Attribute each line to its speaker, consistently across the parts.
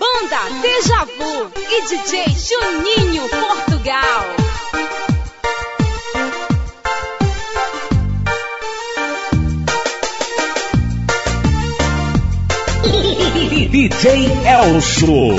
Speaker 1: Banda Deja Vu e DJ Juninho Portugal.
Speaker 2: DJ Elcio.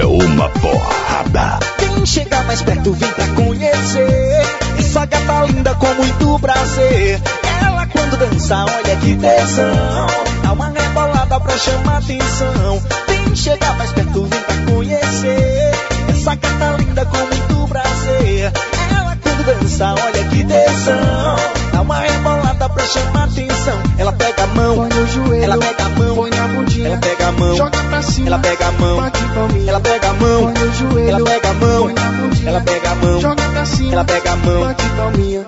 Speaker 2: É uma porrada.
Speaker 3: Quem chega mais perto vem pra conhecer. Essa gata linda com muito prazer. Ela quando dança, olha que tesão. Dá uma rebolada pra chamar atenção. Quem chega mais perto vem pra conhecer. Essa gata linda com muito prazer. Ela quando dança, olha que tesão. Dá uma rebolada pra chamar atenção. Ela pega a mão,
Speaker 4: Põe no joelho,
Speaker 3: ela pega a mão,
Speaker 4: põe na bundinha,
Speaker 3: ela pega a mão,
Speaker 4: joga pra cima,
Speaker 3: ela pega a mão,
Speaker 4: bate palminha,
Speaker 3: ela pega a mão,
Speaker 4: põe no joelho,
Speaker 3: ela pega a mão,
Speaker 4: põe na bundinha,
Speaker 3: ela pega a mão,
Speaker 4: joga pra cima,
Speaker 3: ela pega a mão.
Speaker 4: bate palminha.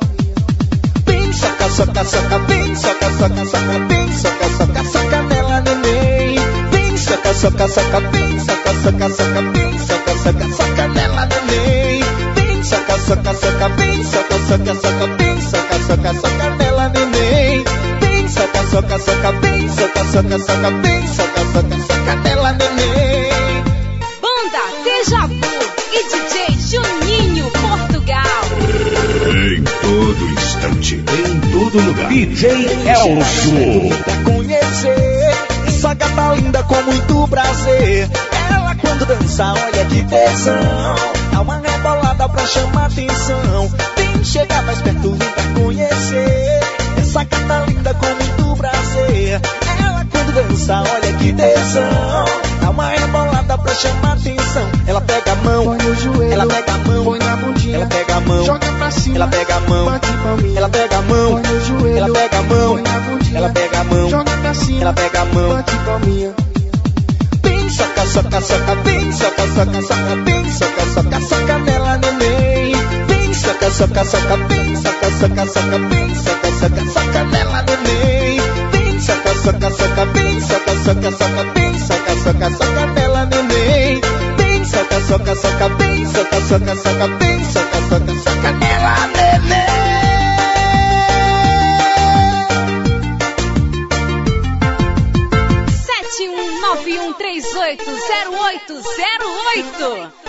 Speaker 3: Vem, soca, soca, soca, vem, soca, soca, soca, vem, soca, soca, soca nela, neném. Vem, soca, soca, soca, vem, soca, soca, soca, vem, soca, soca, soca nela, neném. Vem, soca, soca, soca, vem, soca, soca, soca, vem, soca, soca, soca nela, neném. Vem, soca, soca, soca, vem, soca, soca, soca, vem, soca, soca, soca nela, neném.
Speaker 1: Banda Deja Vu e DJ Juninho Portugal.
Speaker 2: Em todo instante, em todo lugar. DJ
Speaker 3: Vem
Speaker 2: Elcio.
Speaker 3: pra conhecer essa gata linda com muito prazer. Ela quando dança, olha que tesão. Dá uma rebolada pra chamar atenção. Vem chegar mais perto, vem pra conhecer essa gata linda com muito prazer. Ela quando dança, olha que tesão. Dá uma rebolada pra chamar atenção. Ela pega a mão,
Speaker 4: Põe no joelho,
Speaker 3: ela pega a mão,
Speaker 4: põe na bundinha,
Speaker 3: ela pega a mão,
Speaker 4: joga pra cima,
Speaker 3: ela pega a mão,
Speaker 4: bate palminha,
Speaker 3: ela pega a mão,
Speaker 4: põe no joelho,
Speaker 3: ela pega a mão,
Speaker 4: põe na bundinha,
Speaker 3: ela pega a mão,
Speaker 4: joga pra cima,
Speaker 3: ela pega a mão.
Speaker 4: bate palminha.
Speaker 3: Vem, soca, soca, soca, vem, soca, soca, soca, vem, soca, soca, soca nela, neném. Vem, soca, soca, soca, vem, soca, soca, soca, vem, soca, soca, soca nela, neném. Vem, soca, soca, soca, vem, soca, soca, soca, vem, soca, soca, soca nela, neném. Vem, soca, soca, soca, vem, soca, soca, soca, vem, soca, soca, soca nela, neném.
Speaker 1: 7191380808.